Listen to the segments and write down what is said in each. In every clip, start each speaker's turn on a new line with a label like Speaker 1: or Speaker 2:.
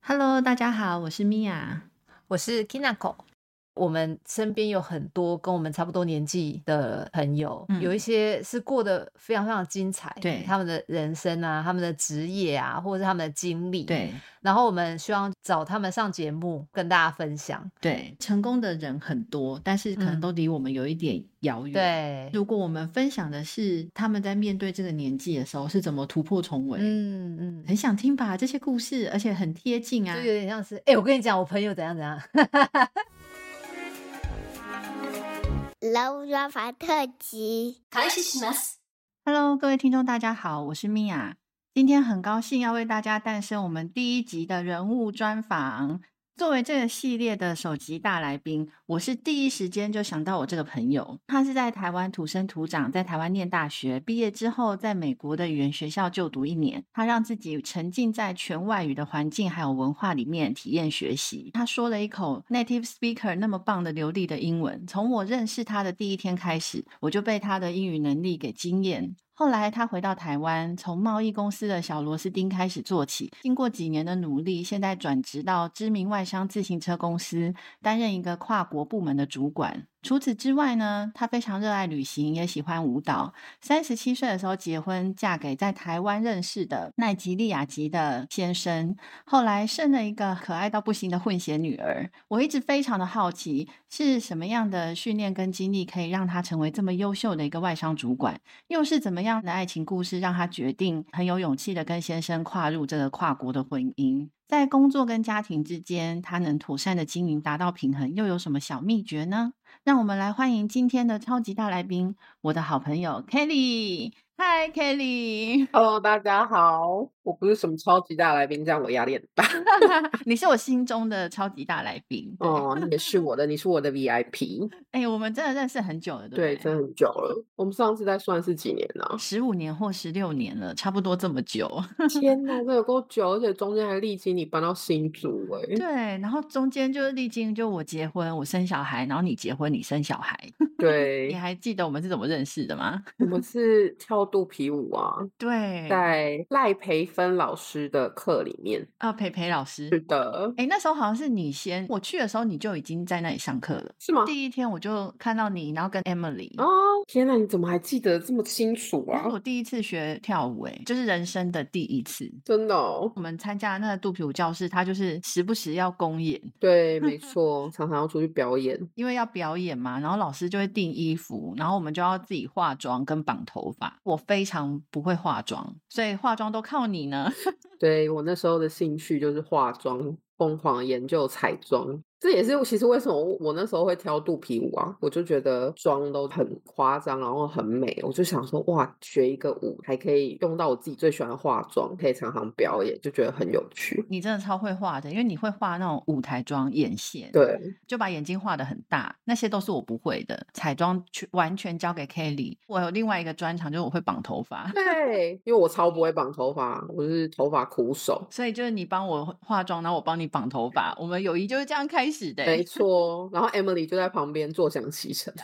Speaker 1: Hello，大家好，我是米娅。
Speaker 2: 我是 Kinako。我们身边有很多跟我们差不多年纪的朋友，
Speaker 1: 嗯
Speaker 2: 有一些是过得非常非常精彩，
Speaker 1: 对
Speaker 2: 他们的人生啊，他们的职业啊，或者是他们的经历，。
Speaker 1: 对
Speaker 2: 然后我们希望找他们上节目跟大家分享，
Speaker 1: 对，成功的人很多，但是可能
Speaker 2: 嗯
Speaker 1: 都离我们有一点遥远。。
Speaker 2: 对，
Speaker 1: 如果我们分享的是他们在面对这个年纪的时候是怎么突破重围，
Speaker 2: 嗯嗯。
Speaker 1: 很想听吧这些故事，而且很贴近啊
Speaker 2: 就。有点像是，哎、我跟你讲，我朋友怎样怎样，
Speaker 3: 柔软法特辑。
Speaker 1: Hello，各位听众，大家好，我是米娅。今天很高兴要为大家诞生我们第一集的人物专访。作为这个系列的首集大来宾，我是第一时间就想到我这个朋友，他是在台湾土生土长，在台湾念大学，毕业之后在美国的语言学校就读一年。他让自己沉浸在全外语的环境还有文化里面体验学习。他说了一口 native speaker 那么棒的流利的英文，从我认识他的第一天开始，我就被他的英语能力给惊艳。后来他回到台湾，从贸易公司的小螺丝钉开始做起。经过几年的努力，现在转职到知名外商自行车公司，担任一个跨国部门的主管。除此之外呢，他非常热爱旅行，也喜欢舞蹈。三十七岁的时候结婚，嫁给在台湾认识的奈及利亚籍的先生，后来生了一个可爱到不行的混血女儿。我一直非常的好奇，是什么样的训练跟经历可以让他成为这么优秀的一个外商主管？又是怎么样的爱情故事让他决定很有勇气的跟先生跨入这个跨国的婚姻？在工作跟家庭之间，他能妥善的经营，达到平衡，又有什么小秘诀呢？让我们来欢迎今天的超级大来宾，我的好朋友 Kelly。嗨，Kelly，
Speaker 4: Hello，大家好，我不是什么超级大来宾，这样我压力很大。
Speaker 1: 你是我心中的超级大来宾。对，哎、
Speaker 4: 哦，你也是我的，你是我的 VIP，
Speaker 1: 我们真的认识很久了，对
Speaker 4: 对，
Speaker 1: 不
Speaker 4: 真的很久了。我们上次在算是几年呢、
Speaker 1: 十五年或十六年了，差不多这么久。
Speaker 4: 天哪，这有够久，而且中间还历经你搬到新竹哎、
Speaker 1: 对，然后中间就是历经，就我结婚，我生小孩，然后你结婚，你生小孩，你
Speaker 4: 对，
Speaker 1: 还记得我们是怎么认识的吗？
Speaker 4: 我们是跳肚皮舞啊，
Speaker 1: 对，
Speaker 4: 在赖培芬老师的课里面。
Speaker 1: 啊，培培老
Speaker 4: 是
Speaker 1: 师，
Speaker 4: 的，
Speaker 1: 哎，那时候好像是你先，我去的时候你就已经在那里上课了。
Speaker 4: 是吗？
Speaker 1: 第一天我就看到你，然后跟 Emily，、
Speaker 4: 哦，天哪，你怎么还记得这么清楚
Speaker 1: 那是
Speaker 4: 啊？
Speaker 1: 我第一次学跳舞、哎，就是人生的第一次。
Speaker 4: 真的哦，
Speaker 1: 我们参加那个肚皮舞教室，他就是时不时要公演，
Speaker 4: 对，没错，常常要出去表演。
Speaker 1: 因为要表演嘛，然后老师就会订衣服，然后我们就要自己化妆跟绑头发。我非常不会化妆，所以化妆都靠你呢。
Speaker 4: 对我那时候的兴趣就是化妆，疯狂研究彩妆。这也是其实为什么我我那时候会挑肚皮舞啊，我就觉得妆都很夸张，然后很美，我就想说哇，学一个舞还可以用到我自己最喜欢的化妆，可以常常表演，就觉得很有趣。
Speaker 1: 你真的超会画的，因为你会画那种舞台妆、眼线，，
Speaker 4: 对，
Speaker 1: 就把眼睛画的很大，那些都是我不会的。彩妆全完全交给 Kelly。我有另外一个专长，就是我会绑头发，
Speaker 4: 对，因为我超不会绑头发，我是头发苦手。
Speaker 1: 所以就是你帮我化妆，然后我帮你绑头发，我们友谊就是这样开始的、欸
Speaker 4: 没错，然后 Emily 就在旁边坐享其成。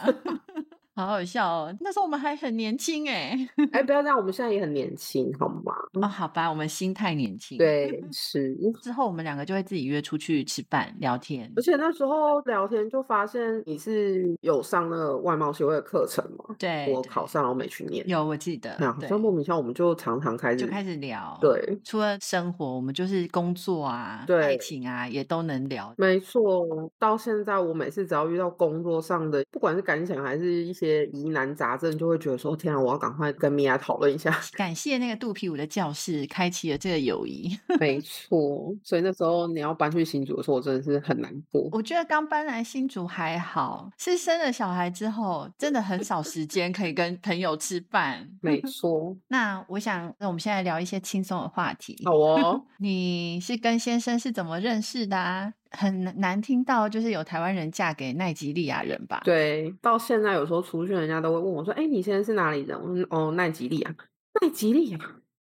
Speaker 1: 好好笑哦！那时候我们还很年轻哎、
Speaker 4: 哎，不要这样，我们现在也很年轻，好吗？
Speaker 1: 哦，好吧，我们心态年轻。。
Speaker 4: 对，是。
Speaker 1: 之后我们两个就会自己约出去吃饭聊天
Speaker 4: 而。且那时候聊天就发现你是有上那个外贸协会的课程嘛，
Speaker 1: 对，
Speaker 4: 我
Speaker 1: 对
Speaker 4: 考上然后没去念，
Speaker 1: 有我记得，
Speaker 4: 那好
Speaker 1: 对
Speaker 4: 像莫名其妙我们就常常开始
Speaker 1: 就开始聊。，
Speaker 4: 对，
Speaker 1: 除了生活，我们就是工作啊、爱
Speaker 4: 对
Speaker 1: 情啊也都能聊。
Speaker 4: 没错。到现在我每次只要遇到工作上的，不管是感想还是一些疑难杂症，就会觉得说天啊，我要赶快跟米娅讨论一下。
Speaker 1: 感谢那个肚皮舞的教室，开启了这个友谊。
Speaker 4: 没错，所以那时候你要搬去新竹的时候，我真的是很难过。
Speaker 1: 我觉得刚搬来新竹还好，是生了小孩之后，真的很少时间可以跟朋友吃饭。
Speaker 4: 没 错，
Speaker 1: 那我想，那我们现在聊一些轻松的话题。
Speaker 4: 好哦。
Speaker 1: 你是跟先生是怎么认识的啊？很难难听到，就是有台湾人嫁给奈及利亚人吧？，
Speaker 4: 对，到现在有时候出去，人家都会问我说：“哎，你现在是哪里人？”我说：“哦，奈及利亚。”奈及利亚，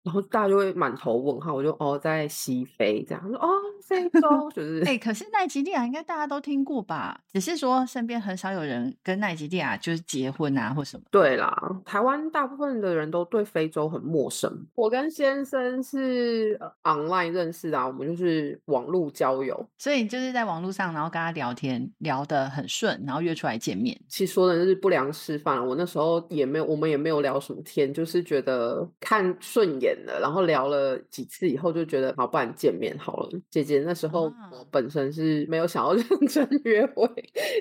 Speaker 4: 然后大家就会满头问号，我就哦在西非这样，他说哦非洲就是
Speaker 1: 哎、可是奈及利亚应该大家都听过吧？只是说身边很少有人跟奈及利亚就是结婚啊或什么。
Speaker 4: 对啦，台湾大部分的人都对非洲很陌生。我跟先生是呃 online 认识的、啊，我们就是网络交友。
Speaker 1: 所以就是在网络上，然后跟他聊天，聊得很顺，然后约出来见面。
Speaker 4: 其实说的是不良示范啊，我那时候也没有，我们也没有聊什么天，就是觉得看顺眼了，然后聊了几次以后就觉得，好，不然见面好了。姐姐那时候
Speaker 1: 啊
Speaker 4: 我本身是没有想要 认真约会，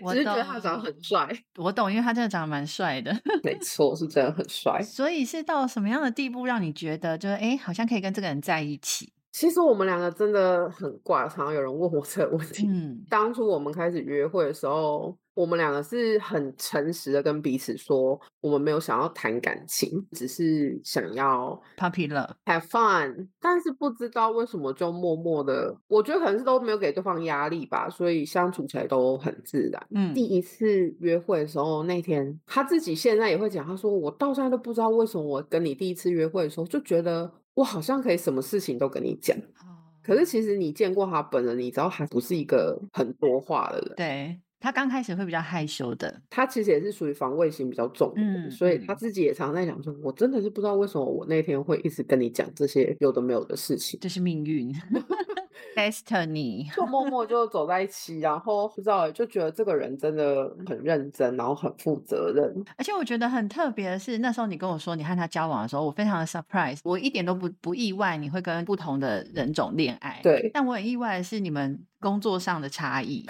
Speaker 1: 我
Speaker 4: 只是觉得他长得很
Speaker 1: 懂
Speaker 4: 帅，
Speaker 1: 我懂，因为他真的长得蛮帅的，
Speaker 4: 没错，是真的很帅。
Speaker 1: 所以是到什么样的地步让你觉得就是哎、诶好像可以跟这个人在一起？
Speaker 4: 其实我们两个真的很怪，常常有人问我这个问题。
Speaker 1: 嗯，
Speaker 4: 当初我们开始约会的时候，我们两个是很诚实的跟彼此说，我们没有想要谈感情，只是想要
Speaker 1: puppy love，
Speaker 4: have fun。但是不知道为什么就默默的，我觉得可能是都没有给对方压力吧，所以相处起来都很自然。
Speaker 1: 嗯，
Speaker 4: 第一次约会的时候，那天他自己现在也会讲，他说我到现在都不知道为什么我跟你第一次约会的时候就觉得我好像可以什么事情都跟你讲。
Speaker 1: 哦
Speaker 4: 可是其实你见过他本人，你知道他不是一个很多话的人，
Speaker 1: 对他刚开始会比较害羞的，
Speaker 4: 他其实也是属于防卫心比较重的人，
Speaker 1: 嗯
Speaker 4: 所以他
Speaker 1: 嗯
Speaker 4: 自己也常在讲说，我真的是不知道为什么我那天会一直跟你讲这些有的没有的事情，
Speaker 1: 这是命运 ，destiny。
Speaker 4: 就默默就走在一起，然后不知道就觉得这个人真的很认真，然后很负责任，
Speaker 1: 而且我觉得很特别的是，那时候你跟我说你和他交往的时候，我非常的 surprise，我一点都不不意外你会跟不同的人种恋爱。，
Speaker 4: 对
Speaker 1: 但我很意哎外的是你们工作上的差 异。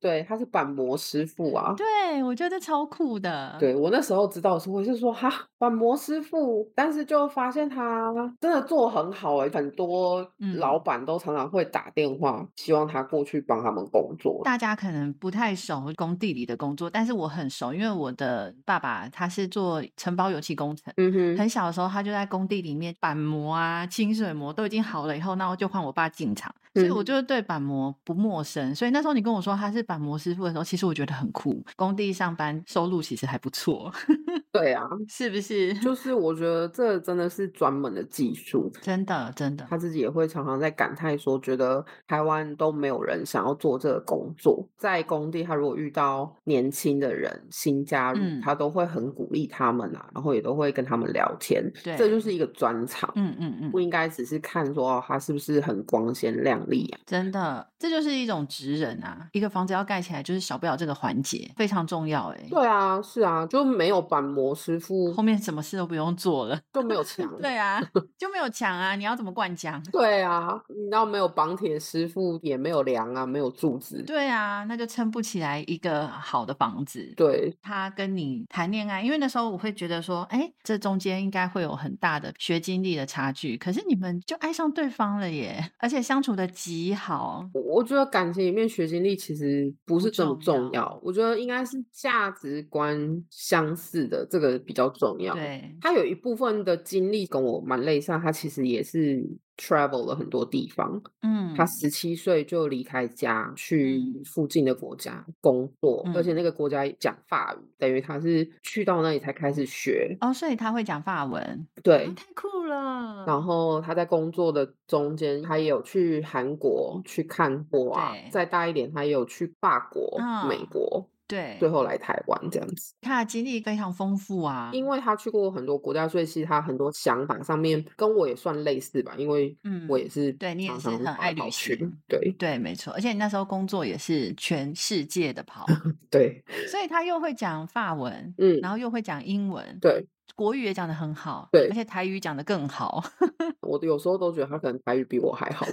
Speaker 4: 对，他是板模师傅啊。
Speaker 1: 对，我觉得超酷的。
Speaker 4: 对我那时候知道的时候，我是说哈，板模师傅，但是就发现他真的做得很好哎、很多老
Speaker 1: 嗯
Speaker 4: 板都常常会打电话，希望他过去帮他们工作。
Speaker 1: 大家可能不太熟工地里的工作，但是我很熟，因为我的爸爸他是做承包油漆工程。
Speaker 4: 嗯哼，
Speaker 1: 很小的时候，他就在工地里面板模啊、清水模都已经好了以后，那我就换我爸进场，所以我
Speaker 4: 嗯
Speaker 1: 就是对板模不陌生。所以那时候你跟我说他是板模师傅的时候，其实我觉得很酷。工地上班收入其实还不错，
Speaker 4: 对啊，
Speaker 1: 是不是？
Speaker 4: 就是我觉得这真的是专门的技术。
Speaker 1: 真的，真的，
Speaker 4: 他自己也会常常在感叹说，觉得台湾都没有人想要做这个工作。在工地，他如果遇到年轻的人新加入，
Speaker 1: 嗯
Speaker 4: 他都会很鼓励他们啊，然后也都会跟他们聊天。这就
Speaker 1: 对
Speaker 4: 是一个专长。
Speaker 1: 嗯嗯嗯
Speaker 4: 不，应该只是看说哦，他是不是很光鲜亮丽啊？
Speaker 1: 真的，这就是一种职人啊。一个房子要盖起来，就是少不了这个环节，非常重要、欸。
Speaker 4: 对啊，是啊，就没有板模师傅
Speaker 1: 后面什么事都不用做了。
Speaker 4: 就没有墙。
Speaker 1: 对啊，就没有墙啊，你要怎么灌浆？
Speaker 4: 对啊，你知道没有绑铁师傅，也没有梁啊，没有柱子。
Speaker 1: 对啊，那就撑不起来一个好的房子。
Speaker 4: 对
Speaker 1: 他跟你谈恋爱，因为那时候我会觉得说，哎，这中间应该会有很大的学经历的差距。可是你们就爱上对方了耶， 而且相处的极好。
Speaker 4: 我我觉得感情里面学经历其实不
Speaker 1: 不
Speaker 4: 是这么
Speaker 1: 重
Speaker 4: 重
Speaker 1: 要
Speaker 4: 要，我觉得应该是价值观相似的这个比较重要。
Speaker 1: 对，
Speaker 4: 啊他有一部分的经历跟我蛮类似，他其实也是 travel 了很多地方，
Speaker 1: 嗯，
Speaker 4: 他十七岁就离开家去
Speaker 1: 嗯
Speaker 4: 附近的国家工作，而且
Speaker 1: 嗯
Speaker 4: 那个国家也讲法语，等于他是去到那里才开始学。
Speaker 1: 哦，所以他会讲法文，啊
Speaker 4: 对，
Speaker 1: 太酷了。
Speaker 4: 然后他在工作的中间，他也有去韩国去看过啊，
Speaker 1: 对
Speaker 4: 再大一点，他也有去法国、美
Speaker 1: 嗯
Speaker 4: 国，
Speaker 1: 对
Speaker 4: 最，后来台湾这样子。
Speaker 1: 他的经历非常丰富啊。
Speaker 4: 因为他去过很多国家，所以其实他很多想法上面跟我也算类似吧，因为我也
Speaker 1: 嗯
Speaker 4: 是
Speaker 1: 对你也
Speaker 4: 常
Speaker 1: 是
Speaker 4: 常
Speaker 1: 很
Speaker 4: 跑来
Speaker 1: 爱旅
Speaker 4: 跑去
Speaker 1: 行，
Speaker 4: 对
Speaker 1: 对，没错，而且你那时候工作也是全世界的 跑，
Speaker 4: 对，
Speaker 1: 所以他又会讲法文，
Speaker 4: 嗯，
Speaker 1: 然后又会讲英文，
Speaker 4: 对
Speaker 1: 国语也讲得很好，
Speaker 4: 对
Speaker 1: 而且台语讲得更好。
Speaker 4: 我有时候都觉得他可能台语比我 还好，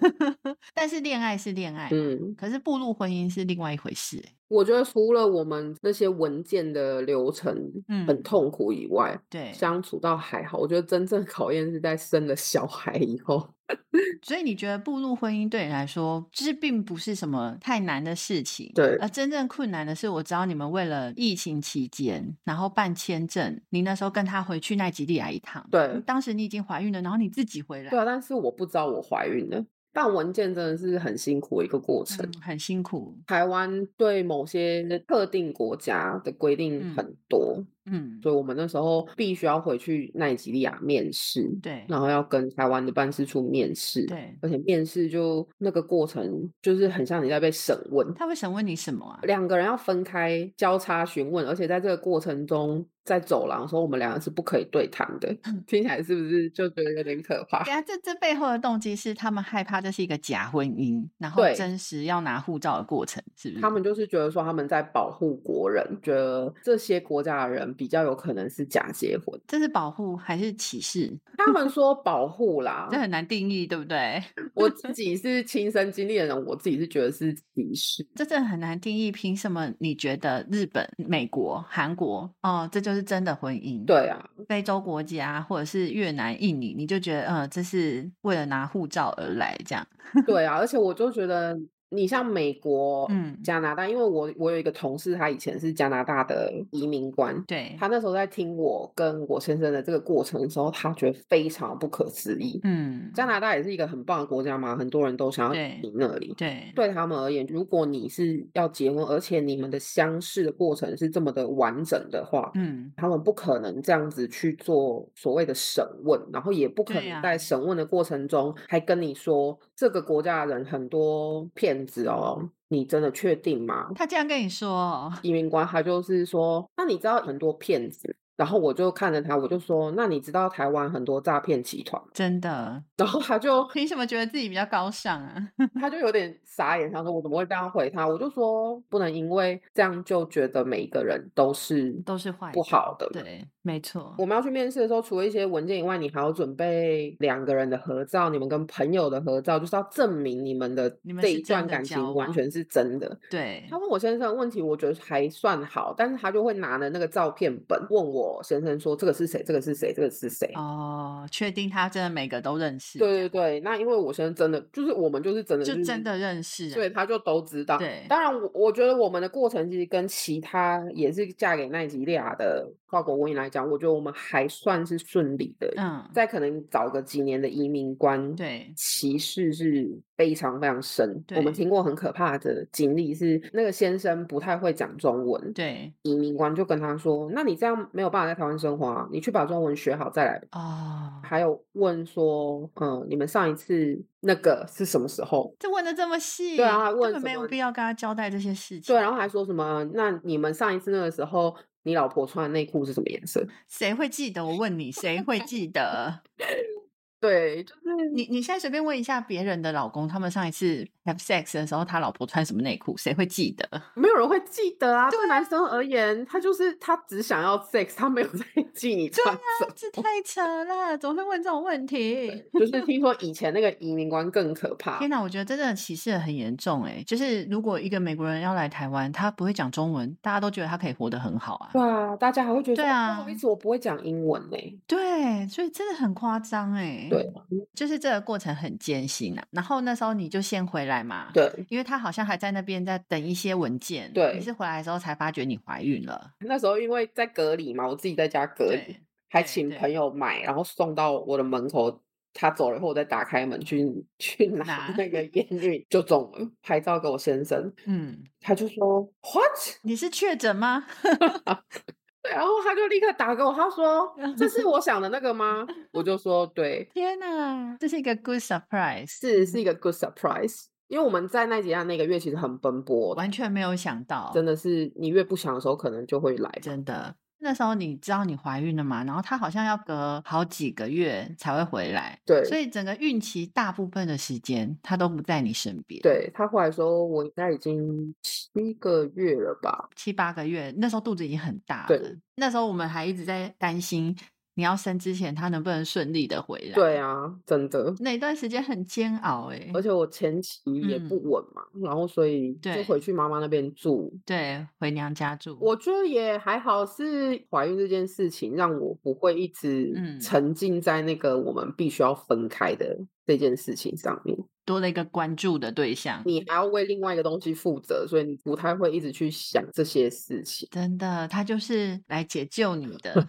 Speaker 1: 但是恋爱是恋爱，
Speaker 4: 嗯，
Speaker 1: 可是步入婚姻是另外一回事欸。
Speaker 4: 我觉得除了我们那些文件的流程很
Speaker 1: 嗯，
Speaker 4: 痛苦以外，
Speaker 1: 对，
Speaker 4: 相处到还好，我觉得真正考验是在生了小孩以后。
Speaker 1: 所以你觉得步入婚姻对你来说，就是并不是什么太难的事情。
Speaker 4: 对
Speaker 1: 而真正困难的是，我知道你们为了疫情期间，然后办签证，你那时候跟他回去奈及利亚一趟，
Speaker 4: 对
Speaker 1: 当时你已经怀孕了，然后你自己回来
Speaker 4: 嗯对，啊，但是我不知道我怀孕了，办文件真的是很辛苦的一个过程。
Speaker 1: 嗯，很辛苦，
Speaker 4: 台湾对某些特定国家的规定
Speaker 1: 嗯
Speaker 4: 很多，
Speaker 1: 嗯，
Speaker 4: 所以我们那时候必须要回去奈及利亚面试，
Speaker 1: 对
Speaker 4: 然后要跟台湾的办事处面试，
Speaker 1: 对，
Speaker 4: 而且面试就那个过程就是很像你在被审问，
Speaker 1: 他会审问你什么啊？
Speaker 4: 两个人要分开交叉询问，而且在这个过程中，在走廊的时候，我们两个是不可以对谈的。听起来是不是就觉得有点可怕
Speaker 1: 对？啊，嗯这这背后的动机是他们害怕这是一个假婚姻，然后
Speaker 4: 对
Speaker 1: 真实要拿护照的过程，是不是？
Speaker 4: 他们就是觉得说他们在保护国人，觉得这些国家的人比较有可能是假结婚。
Speaker 1: 这是保护还是歧视？
Speaker 4: 他们说保护啦
Speaker 1: 这，很难定义，对不对？
Speaker 4: 我自己是亲身经历的人，我自己是觉得是歧视。
Speaker 1: 这真的很难定义。凭什么你觉得日本、美国、韩国哦，这就是真的婚姻？，
Speaker 4: 对 啊，
Speaker 1: 非洲国家或者是越南、印尼，你就觉得呃，这是为了拿护照而来这样？
Speaker 4: 对啊，而且我就觉得，你像美国、
Speaker 1: 嗯
Speaker 4: 哦加拿大，因为我我有一个同事，他以前是加拿大的移民官，
Speaker 1: 对，
Speaker 4: 他那时候在听我跟我先生的这个过程的时候，他觉得非常不可思议。
Speaker 1: 嗯，
Speaker 4: 加拿大也是一个很棒的国家嘛，很多人都想要
Speaker 1: 对
Speaker 4: 移民那里。
Speaker 1: 对
Speaker 4: 对他们而言，如果你是要结婚，而且你们的相识的过程是这么的完整的话，
Speaker 1: 嗯，
Speaker 4: 他们不可能这样子去做所谓的审问，然后也不可
Speaker 1: 对
Speaker 4: 能
Speaker 1: 呀
Speaker 4: 在审问的过程中还跟你说这个国家的人很多骗子哦，你真的确定吗？
Speaker 1: 他这样跟你说哦，
Speaker 4: 移民官他就是说，那你知道很多骗子，然后我就看着他，我就说，那你知道台湾很多诈骗集团吗？
Speaker 1: 真的，
Speaker 4: 然后他就
Speaker 1: 凭什么觉得自己比较高尚啊？
Speaker 4: 他就有点傻眼，他说我怎么会这样回他？我就说不能因为这样就觉得每一个人都是
Speaker 1: 都是坏
Speaker 4: 不
Speaker 1: 的
Speaker 4: 好的，
Speaker 1: 对，没错
Speaker 4: 我，们要去面试的时候，除了一些文件以外，你还要准备两个人的合照，你们跟朋友的合照，就是要证明你们的
Speaker 1: 你们
Speaker 4: 这
Speaker 1: 是
Speaker 4: 一段
Speaker 1: 真的
Speaker 4: 感
Speaker 1: 交
Speaker 4: 情完
Speaker 1: 往
Speaker 4: 全是真的。
Speaker 1: 对
Speaker 4: 他，问我先生的问题，我觉得还算好，但是他就会拿着那个照片本问我先生说：“这个是谁？这个是谁？这个是谁？”
Speaker 1: 哦，确定他真的每个都认识，
Speaker 4: 对对对，那因为我先生真的就是我们就是真的
Speaker 1: 就真
Speaker 4: 是
Speaker 1: 的认识啊，
Speaker 4: 所以他就都知道。
Speaker 1: 对
Speaker 4: 当然我，我觉得我们的过程其实跟其他也是嫁给奈及利亚的跨国婚姻来讲，我觉得我们还算是顺利的。
Speaker 1: 嗯，
Speaker 4: 在可能早个几年的移民官
Speaker 1: 对，
Speaker 4: 歧视是非常非常深。我们
Speaker 1: 对
Speaker 4: 听过很可怕的经历是，那个先生不太会讲中文，
Speaker 1: 对，
Speaker 4: 移民官就跟他说：“那你这样没有办法在台湾生活啊，你去把中文学好再来吧。”
Speaker 1: 哦，
Speaker 4: 还有问说：“嗯，你们上一次那个是什么时候？”
Speaker 1: 这问的这么细，
Speaker 4: 对啊问
Speaker 1: 根本
Speaker 4: 什
Speaker 1: 没有
Speaker 4: 么
Speaker 1: 必要跟他交代这些事情。
Speaker 4: 对，啊然后还说什么？那你们上一次那个时候，你老婆穿的内裤是什么颜色？
Speaker 1: 谁会记得？我问你，谁会记得？
Speaker 4: 对，就是
Speaker 1: 你你现在随便问一下别人的老公，他们上一次 have sex 的时候，他老婆穿什么内裤，谁会记得？
Speaker 4: 没有人会记得啊。对男生而言，他就是他只想要 sex，他没有在记你
Speaker 1: 对啊
Speaker 4: 穿什么。
Speaker 1: 这太扯了，怎么会问这种问题？
Speaker 4: 就是听说以前那个移民官更可怕
Speaker 1: 天，哪，我觉得真的歧视得很严重哎、就是如果一个美国人要来台湾，他不会讲中文，大家都觉得他可以活得很好啊
Speaker 4: 对。啊，大家还会觉得
Speaker 1: 对
Speaker 4: 说哦不好
Speaker 1: 啊
Speaker 4: 意思，我不会讲英文呢、
Speaker 1: 对，所以真的很夸张哎。
Speaker 4: 对，
Speaker 1: 就是这个过程很艰辛啊。然后那时候你就先回来嘛，
Speaker 4: 对，
Speaker 1: 因为他好像还在那边在等一些文件。
Speaker 4: 对
Speaker 1: 你是回来的时候才发觉你怀孕了。
Speaker 4: 那时候因为在隔离嘛，我自己在家隔离
Speaker 1: 对，
Speaker 4: 还
Speaker 1: 对
Speaker 4: 请
Speaker 1: 对
Speaker 4: 朋友买，然后送到我的门口。他走了以后，我再打开门去去拿
Speaker 1: 拿
Speaker 4: 那个 烟运，就中了。拍照给我先生，
Speaker 1: 嗯，
Speaker 4: 他就说 What？
Speaker 1: 你是确诊吗？
Speaker 4: 对，然后他就立刻打给我，他说这是我想的那个吗？我就说 对，
Speaker 1: 天哪，这是一个 good surprise，
Speaker 4: 是是一个 good surprise。因为我们在奈及利亚那个月其实很奔波，
Speaker 1: 完全没有想到，
Speaker 4: 真的是你越不想的时候，可能就会来吧。
Speaker 1: 真的。那时候你知道你怀孕了嘛？然后他好像要隔好几个月才会回来，所
Speaker 4: 对
Speaker 1: 以整个孕期大部分的时间他都不在你身边，，
Speaker 4: 对，他后来说我应该已经七个月了吧？
Speaker 1: 七八个月，那时候肚子已经很大
Speaker 4: 对
Speaker 1: 了。那时候我们还一直在担心你要生之前他能不能顺利的回来，
Speaker 4: 对，啊，真的。
Speaker 1: 那段时间很煎熬哎、
Speaker 4: 而且我前期也不稳嘛，然后所以就
Speaker 1: 嗯对
Speaker 4: 回去妈妈那边住。
Speaker 1: 对，回娘家住，
Speaker 4: 我觉得也还好，是怀孕这件事情让我不会一直
Speaker 1: 嗯
Speaker 4: 沉浸在那个我们必须要分开的这件事情上面。
Speaker 1: 多了一个关注的对象，
Speaker 4: 你还要为另外一个东西负责，所以你不太会一直去想这些事情。
Speaker 1: 真的，他就是来解救你 的。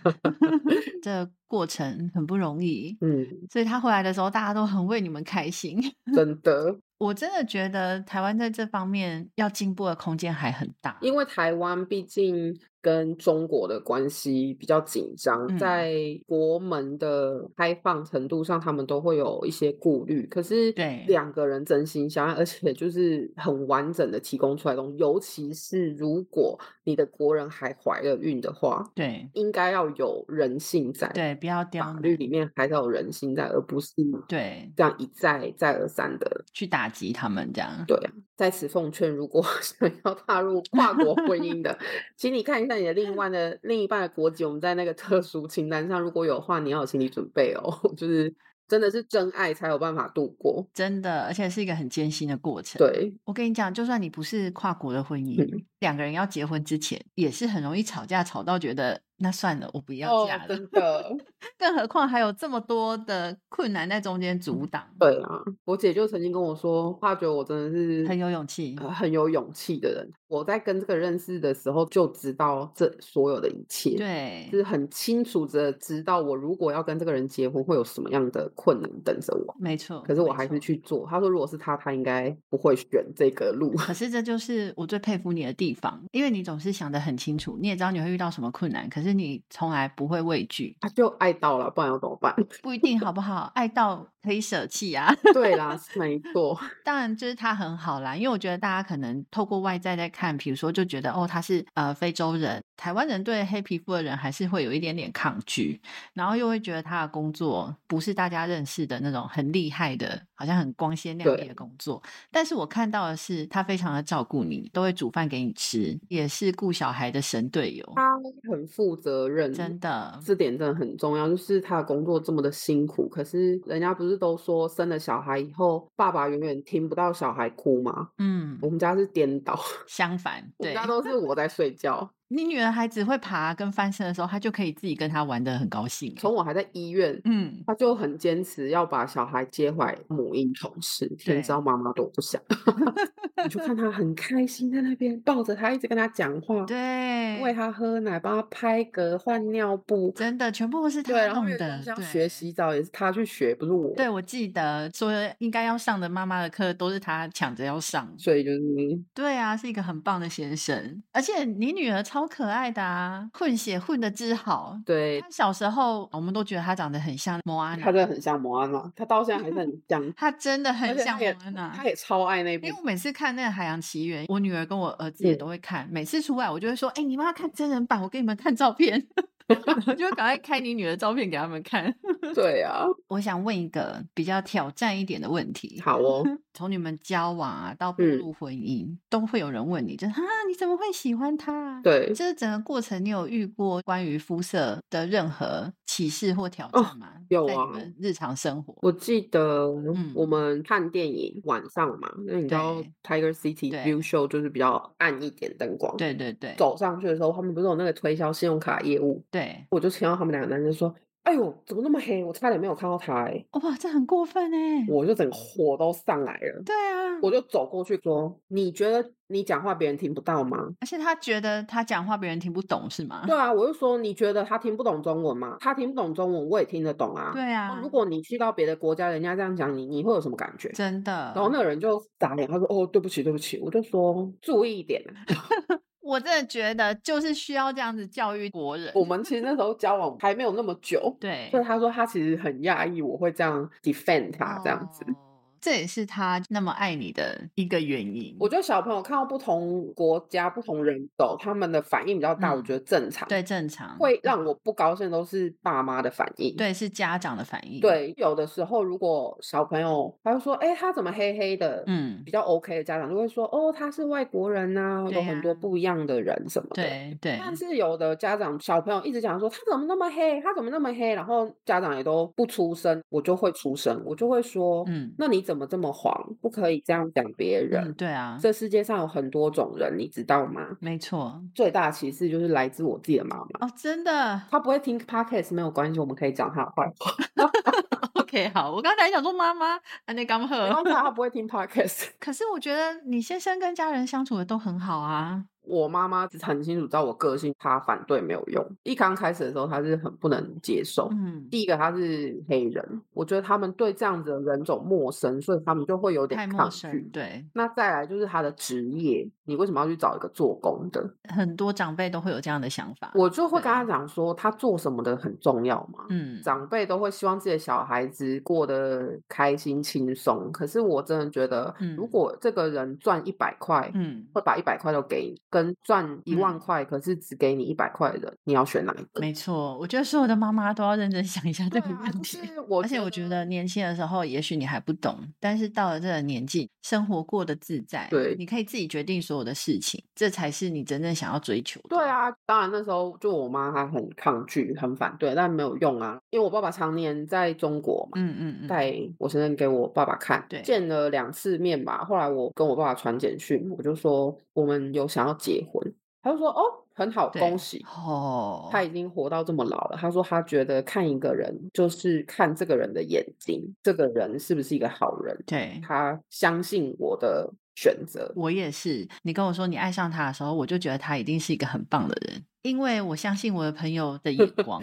Speaker 1: 这过程很不容易，
Speaker 4: 嗯，
Speaker 1: 所以他回来的时候，大家都很为你们开心。
Speaker 4: 真的，
Speaker 1: 我真的觉得台湾在这方面要进步的空间还很大。
Speaker 4: 因为台湾毕竟跟中国的关系比较紧张，
Speaker 1: 嗯
Speaker 4: 在国门的开放程度上，他们都会有一些顾虑。可是，
Speaker 1: 对
Speaker 4: 两个人真心相爱，而且就是很完整的提供出来的东西，尤其是如果你的国人还怀了孕的话，
Speaker 1: 对
Speaker 4: 应该要有人性在。
Speaker 1: 对，不要刁
Speaker 4: 法
Speaker 1: 难，
Speaker 4: 律里面还是要有人性在，而不是
Speaker 1: 对，
Speaker 4: 这样一再再而三的
Speaker 1: 去打击他们这样。
Speaker 4: 对啊，在此奉劝，如果 想要踏入跨国婚姻的， 请你看一下你的另一半的另一半的国籍，我们在那个特殊清单上，如果有的话，你要有心理准备哦， 就是真的是真爱才有办法度过。
Speaker 1: 真的，而且是一个很艰辛的过程。
Speaker 4: 对，
Speaker 1: 我跟你讲，就算你不是跨国的婚姻，
Speaker 4: 嗯
Speaker 1: 两个人要结婚之前也是很容易吵架，吵到觉得那算了，我不 要嫁了。
Speaker 4: 哦真的，
Speaker 1: 更何况还有这么多的困难在中间阻挡，
Speaker 4: 对啊，我姐就曾经跟我说，她觉得我真的是
Speaker 1: 很有勇气。
Speaker 4: 呃很有勇气的人。我在跟这个认识的时候就知道这所有的一切，
Speaker 1: 对
Speaker 4: 就，是很清楚的知道我如果要跟这个人结婚会有什么样的困难等着我。
Speaker 1: 没错。
Speaker 4: 可是我
Speaker 1: 没
Speaker 4: 还是
Speaker 1: 错。
Speaker 4: 去做。他说，如果是他，他应该不会选这个路。
Speaker 1: 可是这就是我最佩服你的地方，因为你总是想得很清楚，你也知道你会遇到什么困难，可是你从来不会畏惧，
Speaker 4: 他就爱到了，不然要怎么办？
Speaker 1: 不一定好不好？爱到可以舍弃啊。
Speaker 4: 对啦，是没错，
Speaker 1: 当然，就是他很好啦，因为我觉得大家可能透过外在在看，比如说就觉得哦，他是呃非洲人，台湾人对黑皮肤的人还是会有一点点抗拒，然后又会觉得他的工作不是大家认识的那种很厉害的，好像很光鲜亮丽
Speaker 4: 对
Speaker 1: 的工作。但是我看到的是，他非常的照顾你，都会煮饭给你吃，也是顾小孩的神队友，
Speaker 4: 他很负责任，
Speaker 1: 真的。
Speaker 4: 这点真的很重要。就是他的工作这么的辛苦，可是人家不是都说生了小孩以后，爸爸永远听不到小孩哭吗？
Speaker 1: 嗯
Speaker 4: 我，们家是颠倒，
Speaker 1: 相反，
Speaker 4: 我们
Speaker 1: 对
Speaker 4: 家都是我在睡觉。
Speaker 1: 你女儿孩子会爬跟翻身的时候，她就可以自己跟她玩的很高兴。
Speaker 4: 从我还在医院，
Speaker 1: 嗯，
Speaker 4: 他就很坚持要把小孩接回来母婴同室，天
Speaker 1: 对
Speaker 4: 知道妈妈多不想。 你就看他很开心在那边抱着他，一直跟他讲话，
Speaker 1: 对，
Speaker 4: 喂他喝奶，帮他拍嗝、换尿布，
Speaker 1: 真的，全部都是
Speaker 4: 对，
Speaker 1: 他
Speaker 4: 然后
Speaker 1: 弄
Speaker 4: 因为
Speaker 1: 的。
Speaker 4: 像
Speaker 1: 对，
Speaker 4: 学。洗澡也是他去学，不是我，
Speaker 1: 对，我记得说应该要上的妈妈的课都是他抢着要上。
Speaker 4: 所以就是
Speaker 1: 对啊，是一个很棒的先生，而且你女儿超可爱的啊，混血混的之好。
Speaker 4: 对
Speaker 1: 她小时候我们都觉得她长得很像莫阿
Speaker 4: 他
Speaker 1: 娜，
Speaker 4: 真的很像摩安娜，他到现在还是很像，
Speaker 1: 她真的
Speaker 4: 而
Speaker 1: 很
Speaker 4: 且
Speaker 1: 像
Speaker 4: 他
Speaker 1: 莫
Speaker 4: 也
Speaker 1: 阿娜
Speaker 4: 他。也超爱那部
Speaker 1: 因为我每次看那个《海洋奇缘》，我女儿跟我儿子也
Speaker 4: 嗯
Speaker 1: 都会看。每次出来，我就会说：“哎、你们要看真人版，我给你们看照片。”我就会赶快开你女儿的照片给他们看。
Speaker 4: 对 啊，
Speaker 1: 我想问一个比较挑战一点的问题。
Speaker 4: 好哦，
Speaker 1: 从你们交往啊到步
Speaker 4: 嗯
Speaker 1: 入婚姻，都会有人问你，就是啊，你怎么会喜欢他啊？
Speaker 4: 对，
Speaker 1: 这整个过程，你有遇过关于肤色的任何歧视或挑
Speaker 4: 哦
Speaker 1: 战吗？
Speaker 4: 有
Speaker 1: 在你
Speaker 4: 啊
Speaker 1: 们日常生活，
Speaker 4: 我记得我
Speaker 1: 嗯
Speaker 4: 们看电影晚上嘛，那你知道
Speaker 1: 对
Speaker 4: Tiger City
Speaker 1: 对
Speaker 4: View Show 就是比较暗一点灯光。
Speaker 1: 对对对，
Speaker 4: 走上去的时候，他们不是有那个推销信用卡业务，
Speaker 1: 对，
Speaker 4: 我就听到他们两个男生说：“哎呦，怎么那么黑？我差点没有看到他、欸。
Speaker 1: 哇，这很过分哎”，
Speaker 4: 我就整个火都上来了，
Speaker 1: 对啊，
Speaker 4: 我就走过去说：“你觉得你讲话别人听不到吗
Speaker 1: 而且他觉得他讲话别人听不懂是？”吗？
Speaker 4: 对啊，我就说：“你觉得他听不懂中文吗？他听不懂中文，我也听得懂啊。
Speaker 1: 对
Speaker 4: 那
Speaker 1: 啊，
Speaker 4: 如果你去到别的国家，人家这样讲你，你会有什么感觉？
Speaker 1: 真的，
Speaker 4: 然后那个人就打脸，他说：“哦，对不起，对不起。”我就说：“注意一点啊。
Speaker 1: 我真的觉得就是需要这样子教育国人，
Speaker 4: 我们其实那时候交往还没有那么久，
Speaker 1: 对
Speaker 4: 所以他说他其实很讶异我会这样 defend 他这样子。
Speaker 1: 哦这也是他那么爱你的一个原因。
Speaker 4: 我觉得小朋友看到不同国家、不同人种，他们的反应比较大，我
Speaker 1: 嗯
Speaker 4: 觉得正常。，
Speaker 1: 对正常
Speaker 4: 会让我不高兴都是爸妈的反应。
Speaker 1: 对是家长的反应。，
Speaker 4: 对，有的时候如果小朋友他就说：“哎、他怎么黑黑的？”
Speaker 1: 嗯，
Speaker 4: 比较 OK 的家长就会说：“哦，他是外国人呐、有
Speaker 1: 对
Speaker 4: 很多
Speaker 1: 呀
Speaker 4: 不一样的人什么的。”
Speaker 1: 对对
Speaker 4: 但是有的家长小朋友一直讲说他怎么那么黑，他怎么那么黑，然后家长也都不出声，我就会出声，我就会说，
Speaker 1: 嗯
Speaker 4: 那你怎么这么黄？不可以这样讲别人。
Speaker 1: 嗯，对啊，
Speaker 4: 这世界上有很多种人，你知道吗？
Speaker 1: 没错。
Speaker 4: 最大的歧视就是来自我自己的妈妈。
Speaker 1: 哦，真的
Speaker 4: 她不会听 podcast 没有关系，我们可以讲她的坏话。
Speaker 1: ？OK，好，我刚才想说妈妈，啊，那刚
Speaker 4: 然
Speaker 1: 好。
Speaker 4: 后她她不会听 podcast，
Speaker 1: 可是我觉得你先生跟家人相处的都很好啊，
Speaker 4: 我妈妈很清楚知道我个性，她反对没有用。一刚开始的时候，她是很不能接受。
Speaker 1: 嗯，
Speaker 4: 第一个，她是黑人，我觉得他们对这样子的人种陌生，所以他们就会有
Speaker 1: 太
Speaker 4: 点
Speaker 1: 陌
Speaker 4: 抗
Speaker 1: 生，
Speaker 4: 拒。
Speaker 1: 对，
Speaker 4: 那再来就是他的职业，你为什么要去找一个做工的？
Speaker 1: 很多长辈都会有这样的想法。
Speaker 4: 我就会跟
Speaker 1: 对
Speaker 4: 他讲说，他做什么的很重要嘛。
Speaker 1: 嗯，
Speaker 4: 长辈都会希望自己的小孩子过得开心轻松，可是我真的觉得，如
Speaker 1: 嗯
Speaker 4: 果这个人赚一百块，
Speaker 1: 嗯，
Speaker 4: 会把一百块都给你，跟赚一万
Speaker 1: 嗯
Speaker 4: 块，可是只给你一百块的人，你要选哪一个？
Speaker 1: 没 错，我觉得所有的妈妈都要认真想一下这
Speaker 4: 对
Speaker 1: 个
Speaker 4: 啊，
Speaker 1: 问
Speaker 4: 就
Speaker 1: 题。
Speaker 4: 是我，
Speaker 1: 而且我觉得，年轻的时候，也许你还不懂，但是到了这个年纪，生活过得自在，
Speaker 4: 对
Speaker 1: 你可以自己决定所有的事情，这才是你真正想要追求的。
Speaker 4: 对，啊，当然那时候就我妈她很抗拒，很反对，但没有用啊，因为我爸爸常年在中国嘛。
Speaker 1: 嗯嗯嗯，
Speaker 4: 带我先生给我爸爸看
Speaker 1: 对，
Speaker 4: 见了两次面吧。后来我跟我爸爸传简讯，我就说我们有想要结婚，他就说哦，很好，
Speaker 1: 对
Speaker 4: 恭喜。
Speaker 1: 哦，
Speaker 4: 他已经活到这么老了，他说他觉得看一个人就是看这个人的眼睛，这个人是不是一个好人，
Speaker 1: 对，
Speaker 4: 他相信我的选择。
Speaker 1: 我也是。你跟我说你爱上他的时候，我就觉得他一定是一个很棒的人，因为我相信我的朋友的眼 光。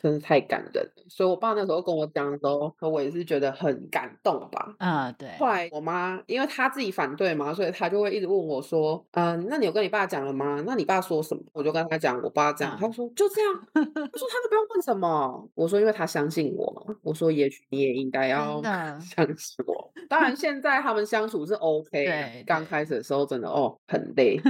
Speaker 4: 真是太感人了。所以我爸那时候跟我讲的时候，我也是觉得很感动吧。
Speaker 1: 啊、对，
Speaker 4: 后来我妈因为她自己反对嘛，所以她就会一直问我说：“嗯、那你有跟你爸讲了吗？那你爸说什么？”我就跟她讲我爸这样，她
Speaker 1: 嗯
Speaker 4: 说就这样，她说他都不用问什么。我说因为他相信我嘛，我说也许你也应该要
Speaker 1: 的
Speaker 4: 相信我。当然现在他们 相处是 OK，的
Speaker 1: 对
Speaker 4: 刚
Speaker 1: 对
Speaker 4: 开始的时候真的哦很 累。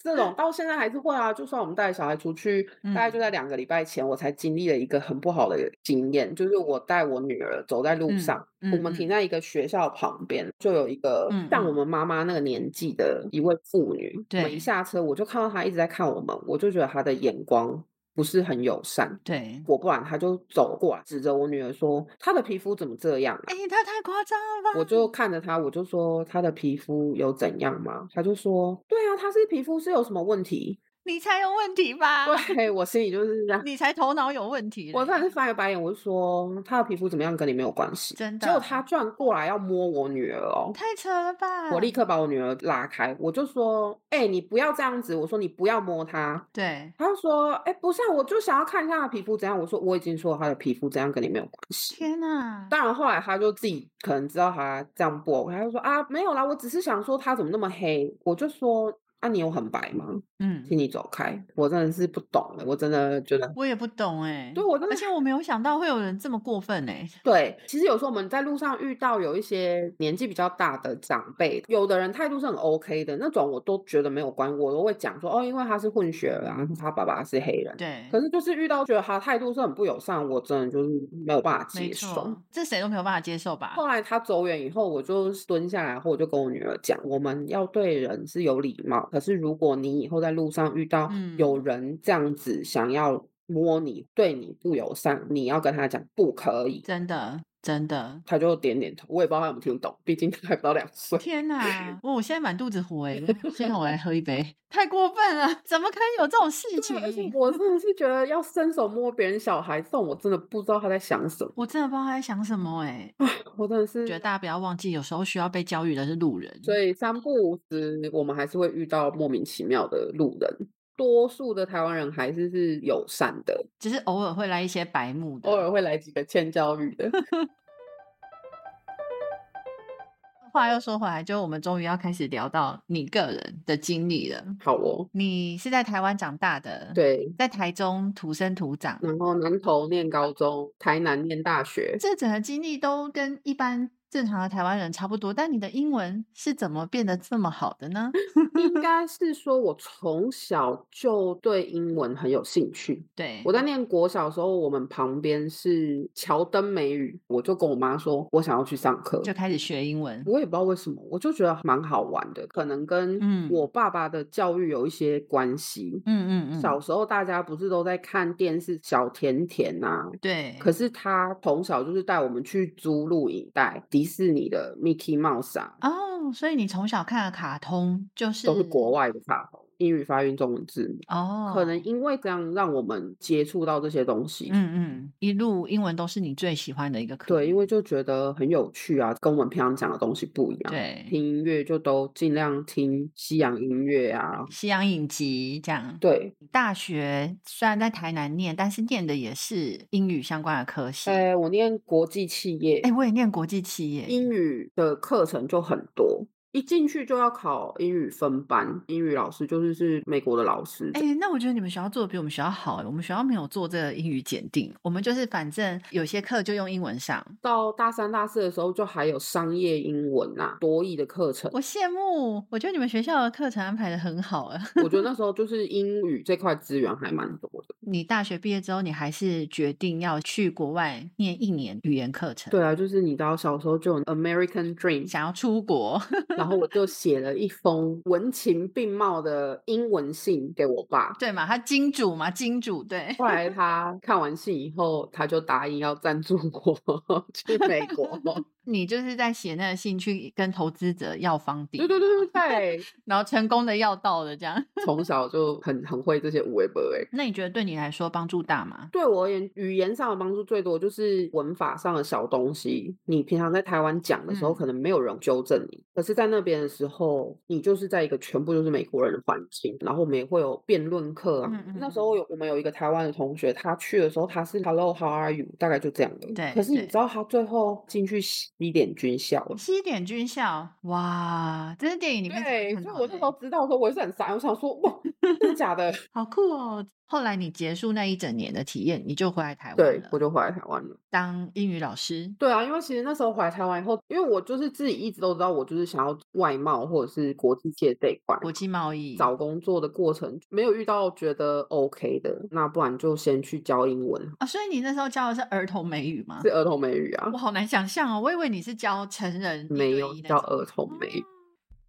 Speaker 4: 这种到现在还是会啊，就算我们带小孩出去，大概
Speaker 1: 嗯
Speaker 4: 就在两个礼拜前，我才经历了一个很不好的经验，就是我带我女儿走在路
Speaker 1: 嗯
Speaker 4: 上，我们停
Speaker 1: 嗯
Speaker 4: 在一个学校旁边，就有一个
Speaker 1: 嗯
Speaker 4: 像我
Speaker 1: 嗯
Speaker 4: 们妈妈那个年纪的一位妇女。我们
Speaker 1: 对
Speaker 4: 一下车，我就看到她一直在看我们，我就觉得她的眼光不是很友善。
Speaker 1: 对。
Speaker 4: 果不然，她就走过来，指着我女儿说：“她的皮肤怎么这样啊
Speaker 1: 哎、他太夸张了吧？”
Speaker 4: 我就看着她，我就说：“她的皮肤有怎样吗？”她就说：“对啊，她是皮肤是有什么问题
Speaker 1: 你才有问题？”吧？
Speaker 4: 对我心里就 是这样，
Speaker 1: 你才头脑有问题嘞。
Speaker 4: 我当时翻个白眼，我就说：“她的皮肤怎么样跟你没有关系。”
Speaker 1: 真的
Speaker 4: 结果她转过来要摸我女儿哦，
Speaker 1: 太扯了吧？
Speaker 4: 我立刻把我女儿拉开，我就说：“哎、你不要这样子！”我说：“你不要摸她。
Speaker 1: 对”
Speaker 4: 她就说：“哎、不是、啊，我就想要看一下她的皮肤怎样。”我说：“我已经说她的皮肤怎样跟你没有关系。
Speaker 1: 天哪”！
Speaker 4: 当然，后来她就自己可能知道她这样不 OK，她就说：“啊，没有啦，我只是想说她怎么那么黑。”我就说：“啊，你有很白吗？
Speaker 1: 嗯，
Speaker 4: 请你走开！”我真的是不懂欸了，我真的觉得
Speaker 1: 我也不懂哎、
Speaker 4: 对我真的
Speaker 1: 而且我没有想到会有人这么过分哎、
Speaker 4: 对，其实有时候我们在路上遇到有一些年纪比较大的长辈，有的人态度是很 OK 的，那种我都觉得没有关系，我都会讲说哦，因为他是混血儿啊，他爸爸是黑人。
Speaker 1: 对，
Speaker 4: 可是就是遇到觉得他态度是很不友善，我真的就是没有办法
Speaker 1: 没
Speaker 4: 接受。
Speaker 1: 错，这谁都没有办法接受吧？
Speaker 4: 后来他走远以后，我就蹲下来后，我就跟我女儿讲，我们要对人是有礼貌。可是如果你以后在路上遇到
Speaker 1: 嗯
Speaker 4: 有人这样子想要摸你、对你不友善，你要跟他讲不可以。
Speaker 1: 真的，真的，
Speaker 4: 他就点点头，我也不知道他有没有听懂，毕竟他还不到两岁。
Speaker 1: 天 哪！我我现在满肚子火 哎、先让我来喝一杯，太过分了，怎么可以有这种事
Speaker 4: 对而且
Speaker 1: 情？
Speaker 4: 我真的是觉得要伸手摸别人小孩，这种我真的不知道他在想什么。
Speaker 1: 我真的不知道他在想什么哎、
Speaker 4: 我真的是
Speaker 1: 觉得嗯大家不要忘记，有时候需要被教育的是路人。
Speaker 4: 所以三不五时，我们还是会遇到莫名其妙的路人。多数的台湾人还是是友善的，
Speaker 1: 只是偶尔会来一些白目的。
Speaker 4: 偶尔会来几个欠教育的。
Speaker 1: 话又说回来，就我们终于要开始聊到你个人的经历了。
Speaker 4: 好哦，
Speaker 1: 你是在台湾长大的，，
Speaker 4: 对。
Speaker 1: 在台中土生土长，
Speaker 4: 然后南投念高中，台南念大学。
Speaker 1: 这整个经历都跟一般正常的台湾人差不多。但你的英文是怎么变得这么好的 呢？
Speaker 4: 应该是说我从小就对英文很有兴趣，
Speaker 1: 对
Speaker 4: 我，在念国小的时候，我们旁边是乔登美语，我就跟我妈说，我想要去上课。
Speaker 1: 就开始学英文。
Speaker 4: 我也不知道为什么，我就觉得蛮好玩的，可能
Speaker 1: 嗯
Speaker 4: 跟我爸爸的教育有一些关系。
Speaker 1: 嗯嗯
Speaker 4: 小
Speaker 1: 嗯，
Speaker 4: 时候大家不是都在看电视小甜甜啊呐、
Speaker 1: 对，
Speaker 4: 可是他从小就是带我们去租录影带，迪士尼的 Mickey Mouse 啊，
Speaker 1: 哦，所以你从小看的卡通就是
Speaker 4: 都是国外的卡通。英语发音中文字母。
Speaker 1: 哦，
Speaker 4: 可能因为这样让我们接触到这些东西，
Speaker 1: 嗯嗯，一路英文都是你最喜欢的一个科目，
Speaker 4: 对，因为就觉得很有趣啊，跟我们平常讲的东西不一样。，
Speaker 1: 对
Speaker 4: 听音乐就都尽量听西洋音乐啊。
Speaker 1: 西洋影集这样。
Speaker 4: 对，
Speaker 1: 大学虽然在台南念，但是念的也是英语相关的科系。哎、
Speaker 4: 哎，我念国际企业，
Speaker 1: 我也念国际企业，
Speaker 4: 英语的课程就很多，一进去就要考英语分班，英语老师就是是美国的老师。
Speaker 1: 哎、那我觉得你们学校做的比我们学校好、哎，我们学校没有做这个英语检定，我们就是反正有些课就用英文上，
Speaker 4: 到大三、大四的时候，就还有商业英文呐、多义的课程。
Speaker 1: 我羡慕，我觉得你们学校的课程安排的很好、哎，
Speaker 4: 我觉得那时候就是英语这块资源还蛮多的。
Speaker 1: 你大学毕业之后，你还是决定要去国外念一年语言课程，
Speaker 4: 对啊，就是你知道小时候就有 American Dream，
Speaker 1: 想要出国。
Speaker 4: 然后我就写了一封文情并茂的英文信给我爸。
Speaker 1: 对嘛，他金主嘛，金主对，
Speaker 4: 后来他看完信以后，他就答应要赞助我 去美国。
Speaker 1: 你就是在写那个信去跟投资者要房底
Speaker 4: 对，对对对对，
Speaker 1: 然后成功的要到了这样。
Speaker 4: 从小就很很会这些欸五维博诶。
Speaker 1: 那你觉得对你来说帮助大吗？
Speaker 4: 对我而言，语言上的帮助最多就是文法上的小东西。你平常在台湾讲的时候，
Speaker 1: 嗯
Speaker 4: 可能没有人纠正你，可是，在那边的时候，你就是在一个全部就是美国人的环境，然后我们也会有辩论课啊。
Speaker 1: 嗯嗯
Speaker 4: 那时
Speaker 1: 嗯
Speaker 4: 候有我们有一个台湾的同学，他去的时候他是 Hello How are you，大概就这样的。
Speaker 1: 对
Speaker 4: 可是你
Speaker 1: 对
Speaker 4: 知道他最后进去西点军校了。
Speaker 1: 西点军校，哇，这是电影里面才会看
Speaker 4: 对，所以
Speaker 1: 到
Speaker 4: 我
Speaker 1: 的
Speaker 4: 那时
Speaker 1: 欸
Speaker 4: 候知道的时候，我也是很傻，我想说，哇，真的假 的？
Speaker 1: 好酷哦。后来你结束那一整年的体验，你就回来台湾
Speaker 4: 对，我
Speaker 1: 了，
Speaker 4: 就回来台湾了。
Speaker 1: 当英语老师。
Speaker 4: 对啊，因为其实那时候回来台湾以后，因为我就是自己一直都知道，我就是想要外贸或者是国际界这一块。
Speaker 1: 国际贸易，
Speaker 4: 找工作的过程没有遇到觉得 OK 的，那不然就先去教英文，
Speaker 1: 啊，所以你那时候教的是儿童美语吗
Speaker 4: 是？儿童美语啊
Speaker 1: 我，好难想象哦，我以为你是教成人一
Speaker 4: 没
Speaker 1: 对
Speaker 4: 有
Speaker 1: 一那
Speaker 4: 教
Speaker 1: 种
Speaker 4: 儿童美语。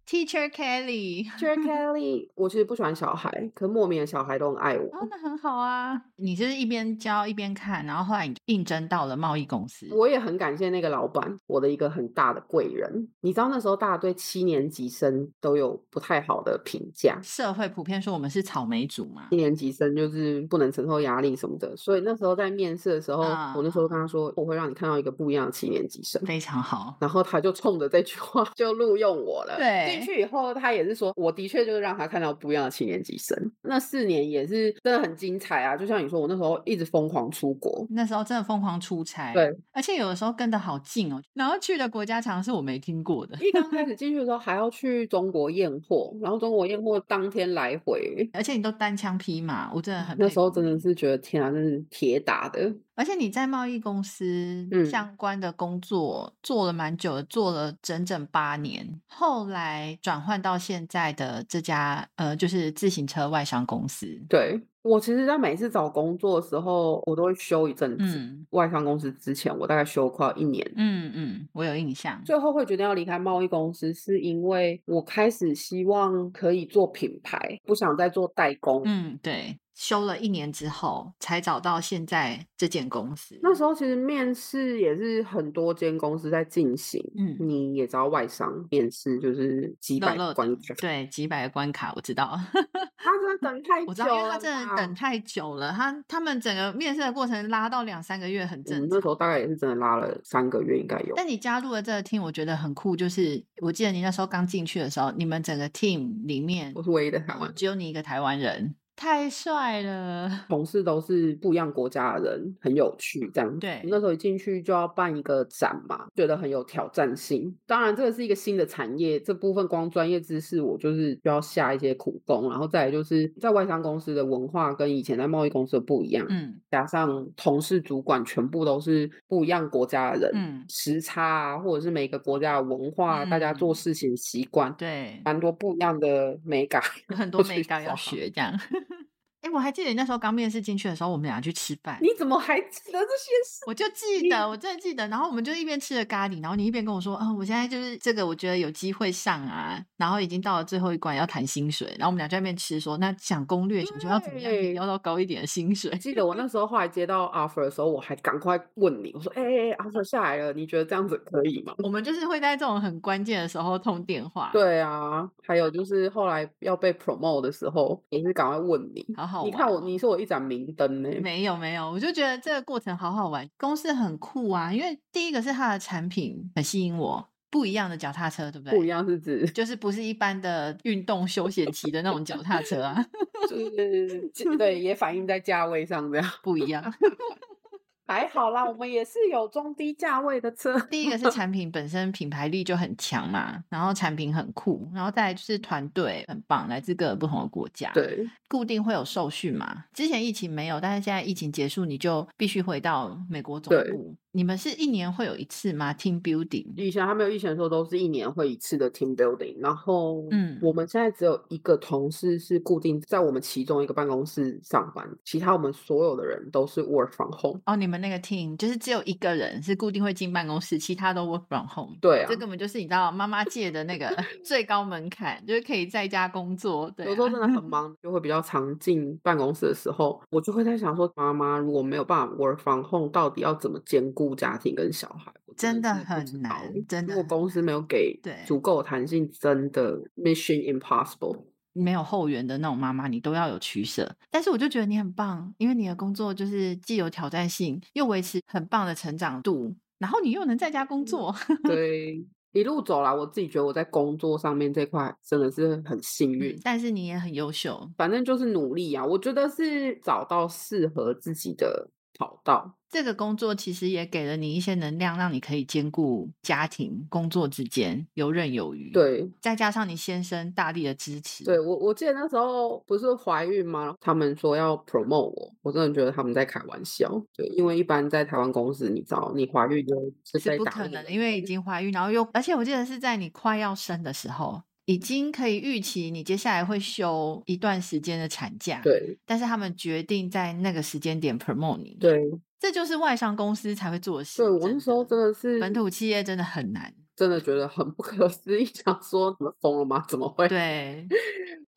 Speaker 1: Teacher Kelly，
Speaker 4: Jer Kelly，我其实不喜欢小孩，可是莫名的小孩都很爱我。
Speaker 1: 哦，那很好啊。你是一边教一边看，然后后来你就应征到了贸易公司。
Speaker 4: 我也很感谢那个老板，我的一个很大的贵人。你知道那时候大家对七年级生都有不太好的评价，
Speaker 1: 社会普遍说我们是草莓族嘛
Speaker 4: 一，年级生就是不能承受压力什么的，所以那时候在面试的时候，
Speaker 1: 啊
Speaker 4: 我那时候跟他说，我会让你看到一个不一样的七年级生。
Speaker 1: 非常好。
Speaker 4: 然后他就冲着这句话就录用我了。
Speaker 1: 对
Speaker 4: 进去以后，他也是说，我的确就是让他看到不一样的七年级生。那四年也是真的很精彩啊！就像你说，我那时候一直疯狂出国，
Speaker 1: 那时候真的疯狂出差，
Speaker 4: 对，
Speaker 1: 而且有的时候跟的好近哦，然后去的国家常常是我没听过的，
Speaker 4: 一刚开始进去的时候还要去中国验货，然后中国验货当天来回，
Speaker 1: 而且你都单枪匹马，我真的很
Speaker 4: 那
Speaker 1: 佩
Speaker 4: 时候
Speaker 1: 服
Speaker 4: 真
Speaker 1: 你
Speaker 4: 的是觉得天啊，真是铁打的。
Speaker 1: 而且你在贸易公司
Speaker 4: 嗯
Speaker 1: 相关的工作、做了蛮久的，做了整整八年，后来转换到现在的这家呃，就是自行车外商公司。
Speaker 4: 对我其实，在每次找工作的时候，我都会休一阵子。
Speaker 1: 嗯
Speaker 4: 外商公司之前，我大概休快要一年。
Speaker 1: 嗯嗯，我有印象。
Speaker 4: 最后会决定要离开贸易公司，是因为我开始希望可以做品牌，不想再做代工。
Speaker 1: 嗯，对，休了一年之后才找到现在这间公司。
Speaker 4: 那时候其实面试也是很多间公司在进行，
Speaker 1: 嗯
Speaker 4: 你也知道外商面试就是几
Speaker 1: 乐
Speaker 4: 百
Speaker 1: 乐
Speaker 4: 个
Speaker 1: 的
Speaker 4: 关卡，
Speaker 1: 对几百个关卡，我知道，
Speaker 4: 他真的等太久了啦，
Speaker 1: 我知道，因为他真
Speaker 4: 啊
Speaker 1: 的等太久了，他他们整个面试的过程拉到两三个月，很
Speaker 4: 我
Speaker 1: 正常。
Speaker 4: 们嗯那时候大概也是真的拉了三个月，应该有。
Speaker 1: 但你加入了这个 team，我觉得很酷。就是我记得你那时候刚进去的时候，你们整个 team 里面
Speaker 4: 我是唯一的台湾
Speaker 1: 呃只有你一个台湾人，太帅了。
Speaker 4: 同事都是不一样国家的人，很有趣。这样，
Speaker 1: 对
Speaker 4: 那时候一进去就要办一个展嘛，觉得很有挑战性。当然，这个是一个新的产业，这部分光专业知识我就是需要下一些苦功，然后再来就是在外商公司的文化跟以前在贸易公司的不一样，
Speaker 1: 嗯
Speaker 4: 加上同事主管全部都是不一样国家的人，
Speaker 1: 嗯，
Speaker 4: 时差啊，或者是每个国家的文化啊，大家做
Speaker 1: 嗯
Speaker 4: 事情习惯，
Speaker 1: 对，
Speaker 4: 啊蛮多不一样的美感。
Speaker 1: 有很
Speaker 4: 我
Speaker 1: 多
Speaker 4: 觉
Speaker 1: 美
Speaker 4: 得
Speaker 1: 感要
Speaker 4: 哇
Speaker 1: 学这样。哎、 哎，我还记得你那时候刚面试进去的时候，我们俩去吃饭，
Speaker 4: 你怎么还记得这些事？
Speaker 1: 我就记得，我真的记得。然后我们就一边吃着咖喱，然后你一边跟我说：“啊、我现在就是这个，我觉得有机会上啊。”然后已经到了最后一关，要谈薪水。然后我们俩就在那边吃说，那想攻略，想说要怎么样可以
Speaker 4: 对
Speaker 1: 要到高一点的薪水。
Speaker 4: 记得我那时候后来接到 offer 的时候，我还赶快问你，我说：“哎、欸、，offer 下来了，你觉得这样子可以吗
Speaker 1: 我们就是会在这种很关键的时候通电话？”，
Speaker 4: 对啊，还有就是后来要被 promote 的时候，也是赶快问你。
Speaker 1: 好好玩。哦
Speaker 4: 你看我，你是我一盏明灯呢、
Speaker 1: 没有没有，我就觉得这个过程好好玩，公司很酷啊。因为第一个是它的产品很吸引我，不一样的脚踏车，对不对？
Speaker 4: 不一样是指
Speaker 1: 就是不是一般的运动休闲骑的那种脚踏车啊，
Speaker 4: 就是对，也反映在价位上这样。
Speaker 1: 不一样。
Speaker 4: 还好啦，我们也是有中低价位的车。
Speaker 1: 第一个是产品本身品牌力就很强嘛，然后产品很酷，然后再来就是团队很棒，来自各个不同的国家。，
Speaker 4: 对，
Speaker 1: 固定会有受训嘛。之前疫情没有，但是现在疫情结束，你就必须回到美国总
Speaker 4: 对
Speaker 1: 部。你们是一年会有一次吗？Team building？
Speaker 4: 以前还没有疫情的时候，都是一年会一次的 team building。然后，
Speaker 1: 嗯
Speaker 4: 我们现在只有一个同事是固定在我们其中一个办公室上班，其他我们所有的人都是 work from home。
Speaker 1: 哦，你们那个 team 就是只有一个人是固定会进办公室，其他都 work from home。
Speaker 4: 对啊
Speaker 1: 这，根本就是你知道妈妈界的那个 最高门槛，就是可以在家工作。对、啊，
Speaker 4: 有时候真的很忙，就会比较常进办公室的时候，我就会在想说，妈妈如果没有办法 work from home，到底要怎么兼顾家庭跟小孩？我
Speaker 1: 真的
Speaker 4: 是不
Speaker 1: 很
Speaker 4: 知道
Speaker 1: 难真的
Speaker 4: 如果
Speaker 1: 很
Speaker 4: 公司没有给
Speaker 1: 对
Speaker 4: 足够的弹性，真的 mission impossible。
Speaker 1: 没有后援的那种妈妈，你都要有取舍。但是我就觉得你很棒，因为你的工作就是既有挑战性，又维持很棒的成长度，然后你又能在家工作。
Speaker 4: 对，一路走来，我自己觉得我在工作上面这块真的是很幸运。
Speaker 1: 但是你也很优秀，
Speaker 4: 反正就是努力啊，我觉得是找到适合自己的跑道。
Speaker 1: 这个工作其实也给了你一些能量，让你可以兼顾家庭、工作之间游刃有余。，
Speaker 4: 对，
Speaker 1: 再加上你先生大力的支持，
Speaker 4: 对我我记得那时候不是怀孕吗？他们说要 promote 我，我真的觉得他们在开玩笑。对，因为一般在台湾公司，你知道，你怀孕就是
Speaker 1: 嗯是
Speaker 4: 被
Speaker 1: 不
Speaker 4: 打
Speaker 1: 可
Speaker 4: 你
Speaker 1: 能的，
Speaker 4: 的
Speaker 1: 因为已经怀孕，然后又，而且我记得是在你快要生的时候，已经可以预期你接下来会休一段时间的产假。，
Speaker 4: 对
Speaker 1: 但是他们决定在那个时间点 promote 你，，
Speaker 4: 对，
Speaker 1: 这就是外商公司才会做的事。
Speaker 4: 所以我
Speaker 1: 嗯
Speaker 4: 那
Speaker 1: 真
Speaker 4: 时候
Speaker 1: 的
Speaker 4: 真的是
Speaker 1: 本土企业真的很难。
Speaker 4: 真的觉得很不可思议，想说你们疯了吗？怎么会？
Speaker 1: 对，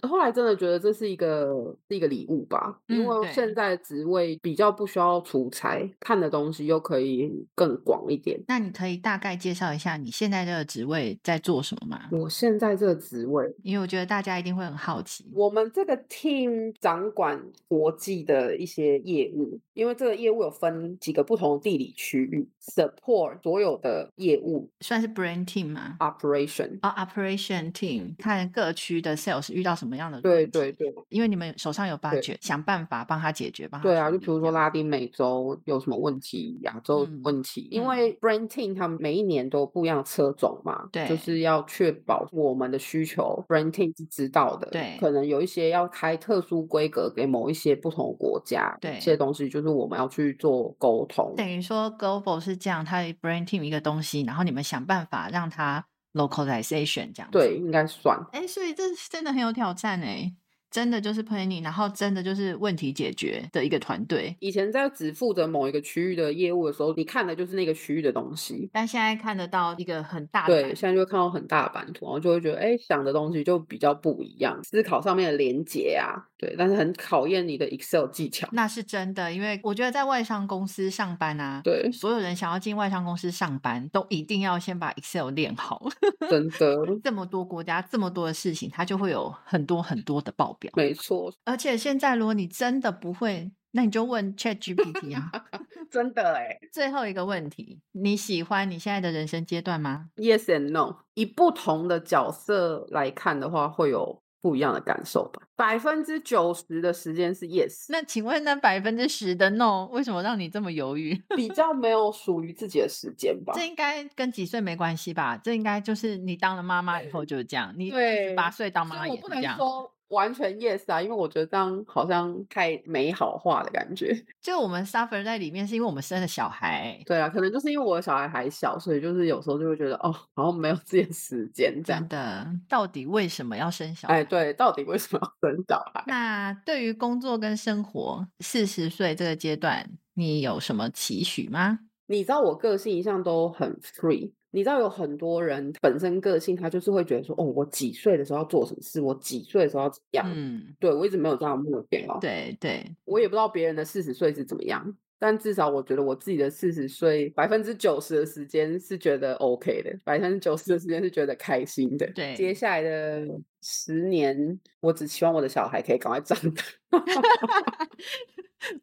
Speaker 4: 后来真的觉得这是一个是一个礼物吧，
Speaker 1: 嗯
Speaker 4: 因为
Speaker 1: 对
Speaker 4: 现在的职位比较不需要出差，看的东西又可以更广一点。
Speaker 1: 那你可以大概介绍一下你现在这个职位在做什么吗？
Speaker 4: 我现在这个职位，
Speaker 1: 因为我觉得大家一定会很好奇。
Speaker 4: 我们这个 team 掌管国际的一些业务，因为这个业务有分几个不同的地理区域，support 所有的业务
Speaker 1: 算是 brain team 吗？
Speaker 4: operation。
Speaker 1: 哦、o p e r a t i o n team 看各区的 sales 遇到什么样的
Speaker 4: 对
Speaker 1: 问
Speaker 4: 对
Speaker 1: 题
Speaker 4: 对
Speaker 1: 因为你们手上有
Speaker 4: 对
Speaker 1: budget，想办法帮他解决，帮他
Speaker 4: 对啊，
Speaker 1: 处
Speaker 4: 就
Speaker 1: 理
Speaker 4: 比如
Speaker 1: 这
Speaker 4: 说
Speaker 1: 样
Speaker 4: 拉丁美洲有什么问题，亚洲
Speaker 1: 嗯
Speaker 4: 问题，因
Speaker 1: 嗯
Speaker 4: 为 brand team 他们每一年都有不一样的车种嘛，
Speaker 1: 对
Speaker 4: 就是要确保我们的需求，brand team 是知道的，
Speaker 1: 对
Speaker 4: 可能有一些要开特殊规格给某一些不同的国家，
Speaker 1: 对
Speaker 4: 这些东西就是我们要去做沟通，
Speaker 1: 等于说 global 是这样，它的 brain team 一个东西，然后你们想办法让它 localization 这样。
Speaker 4: 对，，应该算，
Speaker 1: 哎，所以这是真的很有挑战哎，真的就是 planning，然后真的就是问题解决的一个团队。
Speaker 4: 以前在只负责某一个区域的业务的时候，你看的就是那个区域的东西，
Speaker 1: 但现在看得到一个很大的
Speaker 4: 对，
Speaker 1: 版
Speaker 4: 现在就会看到很大的版图，然后就会觉得，哎，想的东西就比较不一样，思考上面的连结啊，对，但是很考验你的 Excel 技巧，
Speaker 1: 那是真的，因为我觉得在外商公司上班啊， ，
Speaker 4: 对
Speaker 1: 所有人想要进外商公司上班，都一定要先把 Excel 练好。
Speaker 4: 真的，
Speaker 1: 这么多国家，这么多的事情，它就会有很多很多的报表。
Speaker 4: 没 错，
Speaker 1: 而且现在，如果你真的不会，那你就问 Chat GPT 啊。
Speaker 4: 真的哎
Speaker 1: 最后一个问题，你喜欢你现在的人生阶段吗？
Speaker 4: ，Yes and No，以不同的角色来看的话，会有不一样的感受吧。百分之九十的时间是 Yes，
Speaker 1: 那请问那百分之十的 no，为什么让你这么犹豫？
Speaker 4: 比较没有属于自己的时间吧。
Speaker 1: 这应该跟几岁没关系吧？这应该就是你当了妈妈以后就是这样，你
Speaker 4: 对
Speaker 1: 八岁当
Speaker 4: 所
Speaker 1: 妈
Speaker 4: 以
Speaker 1: 也
Speaker 4: 我
Speaker 1: 是
Speaker 4: 不
Speaker 1: 这
Speaker 4: 能
Speaker 1: 样。
Speaker 4: 说，完全 yes 啊，因为我觉得这样好像太美好化的感觉。
Speaker 1: 就我们 suffer 在里面，是因为我们生了小孩，
Speaker 4: 对啊，可能就是因为我的小孩还小，所以就是有时候就会觉得哦，好像没有自己的时间这样
Speaker 1: 真。的，到底为什么要生小孩？
Speaker 4: 哎，对，到底为什么要生小孩？
Speaker 1: 那对于工作跟生活，四十岁这个阶段，你有什么期许吗？
Speaker 4: 你知道我个性一向都很 free，你知道有很多人本身个性他就是会觉得说，哦，我几岁的时候要做什么事，我几岁的时候要怎样。
Speaker 1: 嗯，
Speaker 4: 对我一直没有这样的目标，
Speaker 1: 对对，
Speaker 4: 我也不知道别人的四十岁是怎么样，但至少我觉得我自己的四十岁百分之九十的时间是觉得 OK 的，百分之九十的时间是觉得开心的。
Speaker 1: 对
Speaker 4: 接下来的十年，我只希望我的小孩可以赶快长大。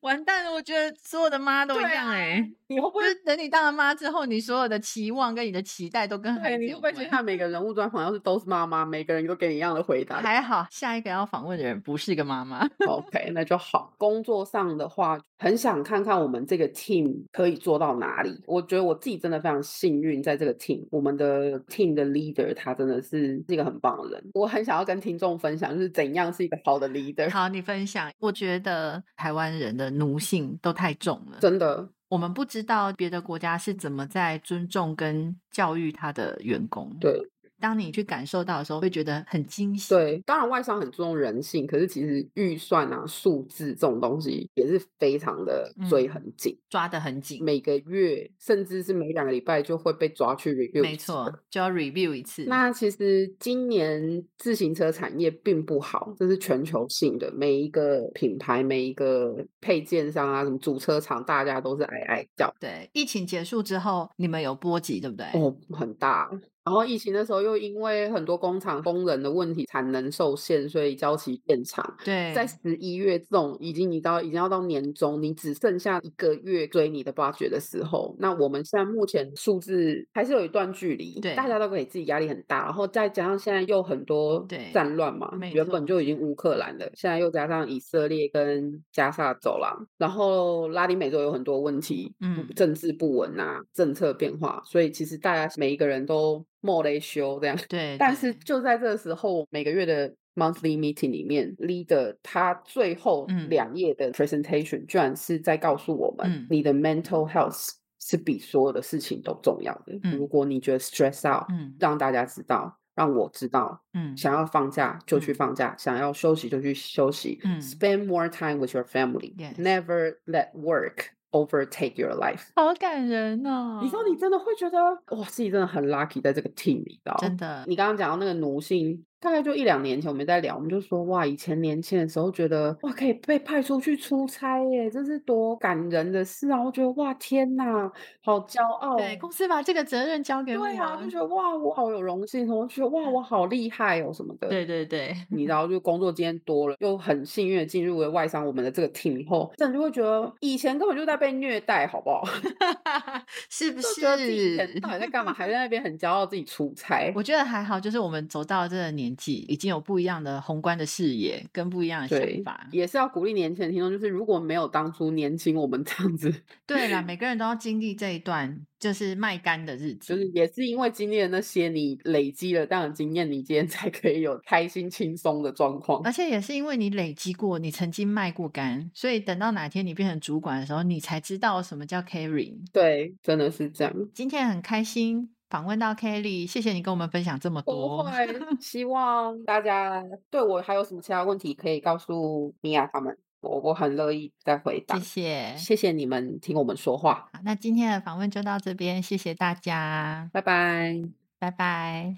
Speaker 1: 完蛋了！我觉得所有的妈都一
Speaker 4: 对
Speaker 1: 样
Speaker 4: 啊
Speaker 1: 哎、
Speaker 4: 你会不
Speaker 1: 不
Speaker 4: 会
Speaker 1: 是等你当了妈之后，你所有的期望跟你的期待都跟孩子
Speaker 4: 对，你会
Speaker 1: 有
Speaker 4: 不会觉得
Speaker 1: 关。
Speaker 4: 他每个人物专访要是都是妈妈，每个人都给你一样的回答？
Speaker 1: 还好，下一个要访问的人不是个妈妈。
Speaker 4: OK，那就好。工作上的话，很想看看我们这个 team 可以做到哪里。我觉得我自己真的非常幸运，在这个 team，我们的 team 的 leader 他真的是一个很棒的人。我很想要跟听众分享，就是怎样是一个好的 leader。
Speaker 1: 好，你分享。我觉得台湾人的奴性都太重了，
Speaker 4: 真的，
Speaker 1: 我们不知道别的国家是怎么在尊重跟教育他的员工。
Speaker 4: 对，
Speaker 1: 当你去感受到的时候，会觉得很惊喜。
Speaker 4: 对，当然外商很注重人性，可是其实预算啊、数字这种东西也是非常的追
Speaker 1: 嗯
Speaker 4: 很紧，
Speaker 1: 抓得很紧。
Speaker 4: 每个月甚至是每两个礼拜就会被抓去 review。
Speaker 1: 没错，就要 review 一次。
Speaker 4: 那其实今年自行车产业并不好，这是全球性的，每一个品牌、每一个配件商啊，什么主车厂，大家都是哀哀叫，
Speaker 1: 对，疫情结束之后，你们有波及，对不对？
Speaker 4: 哦，很大。然后疫情的时候，又因为很多工厂工人的问题，产能受限，所以交期变长。
Speaker 1: 对，
Speaker 4: 在十一月这种已经你到已经要到年终，你只剩下一个月追你的 budget 的时候，那我们现在目前数字还是有一段距离，
Speaker 1: 对
Speaker 4: 大家都给自己压力很大，然后再加上现在又很多
Speaker 1: 对
Speaker 4: 战乱嘛
Speaker 1: 没，
Speaker 4: 原
Speaker 1: 错
Speaker 4: 本就已经乌克兰了，现在又加上以色列跟加萨走廊，然后拉丁美洲有很多问题，
Speaker 1: 嗯
Speaker 4: 政治不稳啊，政策变化，所以其实大家每一个人都莫雷修这样。
Speaker 1: 对，
Speaker 4: 但是
Speaker 1: 对
Speaker 4: 就在这个时候，每个月的 monthly meeting 里面，leader 他最后
Speaker 1: 嗯
Speaker 4: 两页的 presentation 居然是在告诉我们，
Speaker 1: 嗯
Speaker 4: 你的 mental health 是比所有的事情都重要的。
Speaker 1: 嗯
Speaker 4: 如果你觉得 stress out，、
Speaker 1: 嗯
Speaker 4: 让大家知道。让我知道，
Speaker 1: 嗯，
Speaker 4: 想要放假就去放假，想要休息就去休息。
Speaker 1: 嗯
Speaker 4: Spend more time with your family.
Speaker 1: Yes
Speaker 4: Never let work overtake your life.
Speaker 1: 好感人哦。
Speaker 4: 你说你真的会觉得哇，自己真的很 lucky 在这个 team 里，到
Speaker 1: 真的
Speaker 4: 哦你刚刚讲到那个奴性，大概就一两年前我们在聊，我们就说哇，以前年轻的时候觉得哇，可以被派出去出差耶，这是多感人的事啊！我觉得哇，天哪，好骄傲。
Speaker 1: 对公司把这个责任交给我，
Speaker 4: 哦对啊，就觉得哇，我好有荣幸，哦我就觉得哇，我好厉害哦什么的。
Speaker 1: 对对 对，
Speaker 4: 你知道，就工作经验多了，又很幸运的进入了外商我们的这个 team 以后，真的就会觉得以前根本就在被虐待，好不好？
Speaker 1: 是不
Speaker 4: 就觉得自己以前
Speaker 1: 是
Speaker 4: 到？底在干嘛，还在那边很骄傲自己出差。
Speaker 1: 我觉得还好，就是我们走到这个年纪，已经有不一样的宏观的视野跟不一样的想
Speaker 4: 对
Speaker 1: 法，。
Speaker 4: 也是要鼓励年轻的听众，就是如果没有当初年轻我们这样子，
Speaker 1: 对啦，每个人都要经历这一段就是卖干的日子，
Speaker 4: 就是也是因为经历了那些你累积了这样的经验，你今天才可以有开心轻松的状况。
Speaker 1: 而且也是因为你累积过，你曾经卖过干，所以等到哪天你变成主管的时候，你才知道什么叫 carry。
Speaker 4: 对，真的是这样。
Speaker 1: 今天很开心访问到 Kelly，谢谢你跟我们分享这么
Speaker 4: 不
Speaker 1: 多。
Speaker 4: 会，希望大家对我还有什么其他问题可以告诉米娅他们，我我很乐意再回答
Speaker 1: 谢。谢。
Speaker 4: 谢谢你们听我们说话，
Speaker 1: 好，那今天的访问就到这边，谢谢大家，
Speaker 4: 拜拜。
Speaker 1: 拜拜。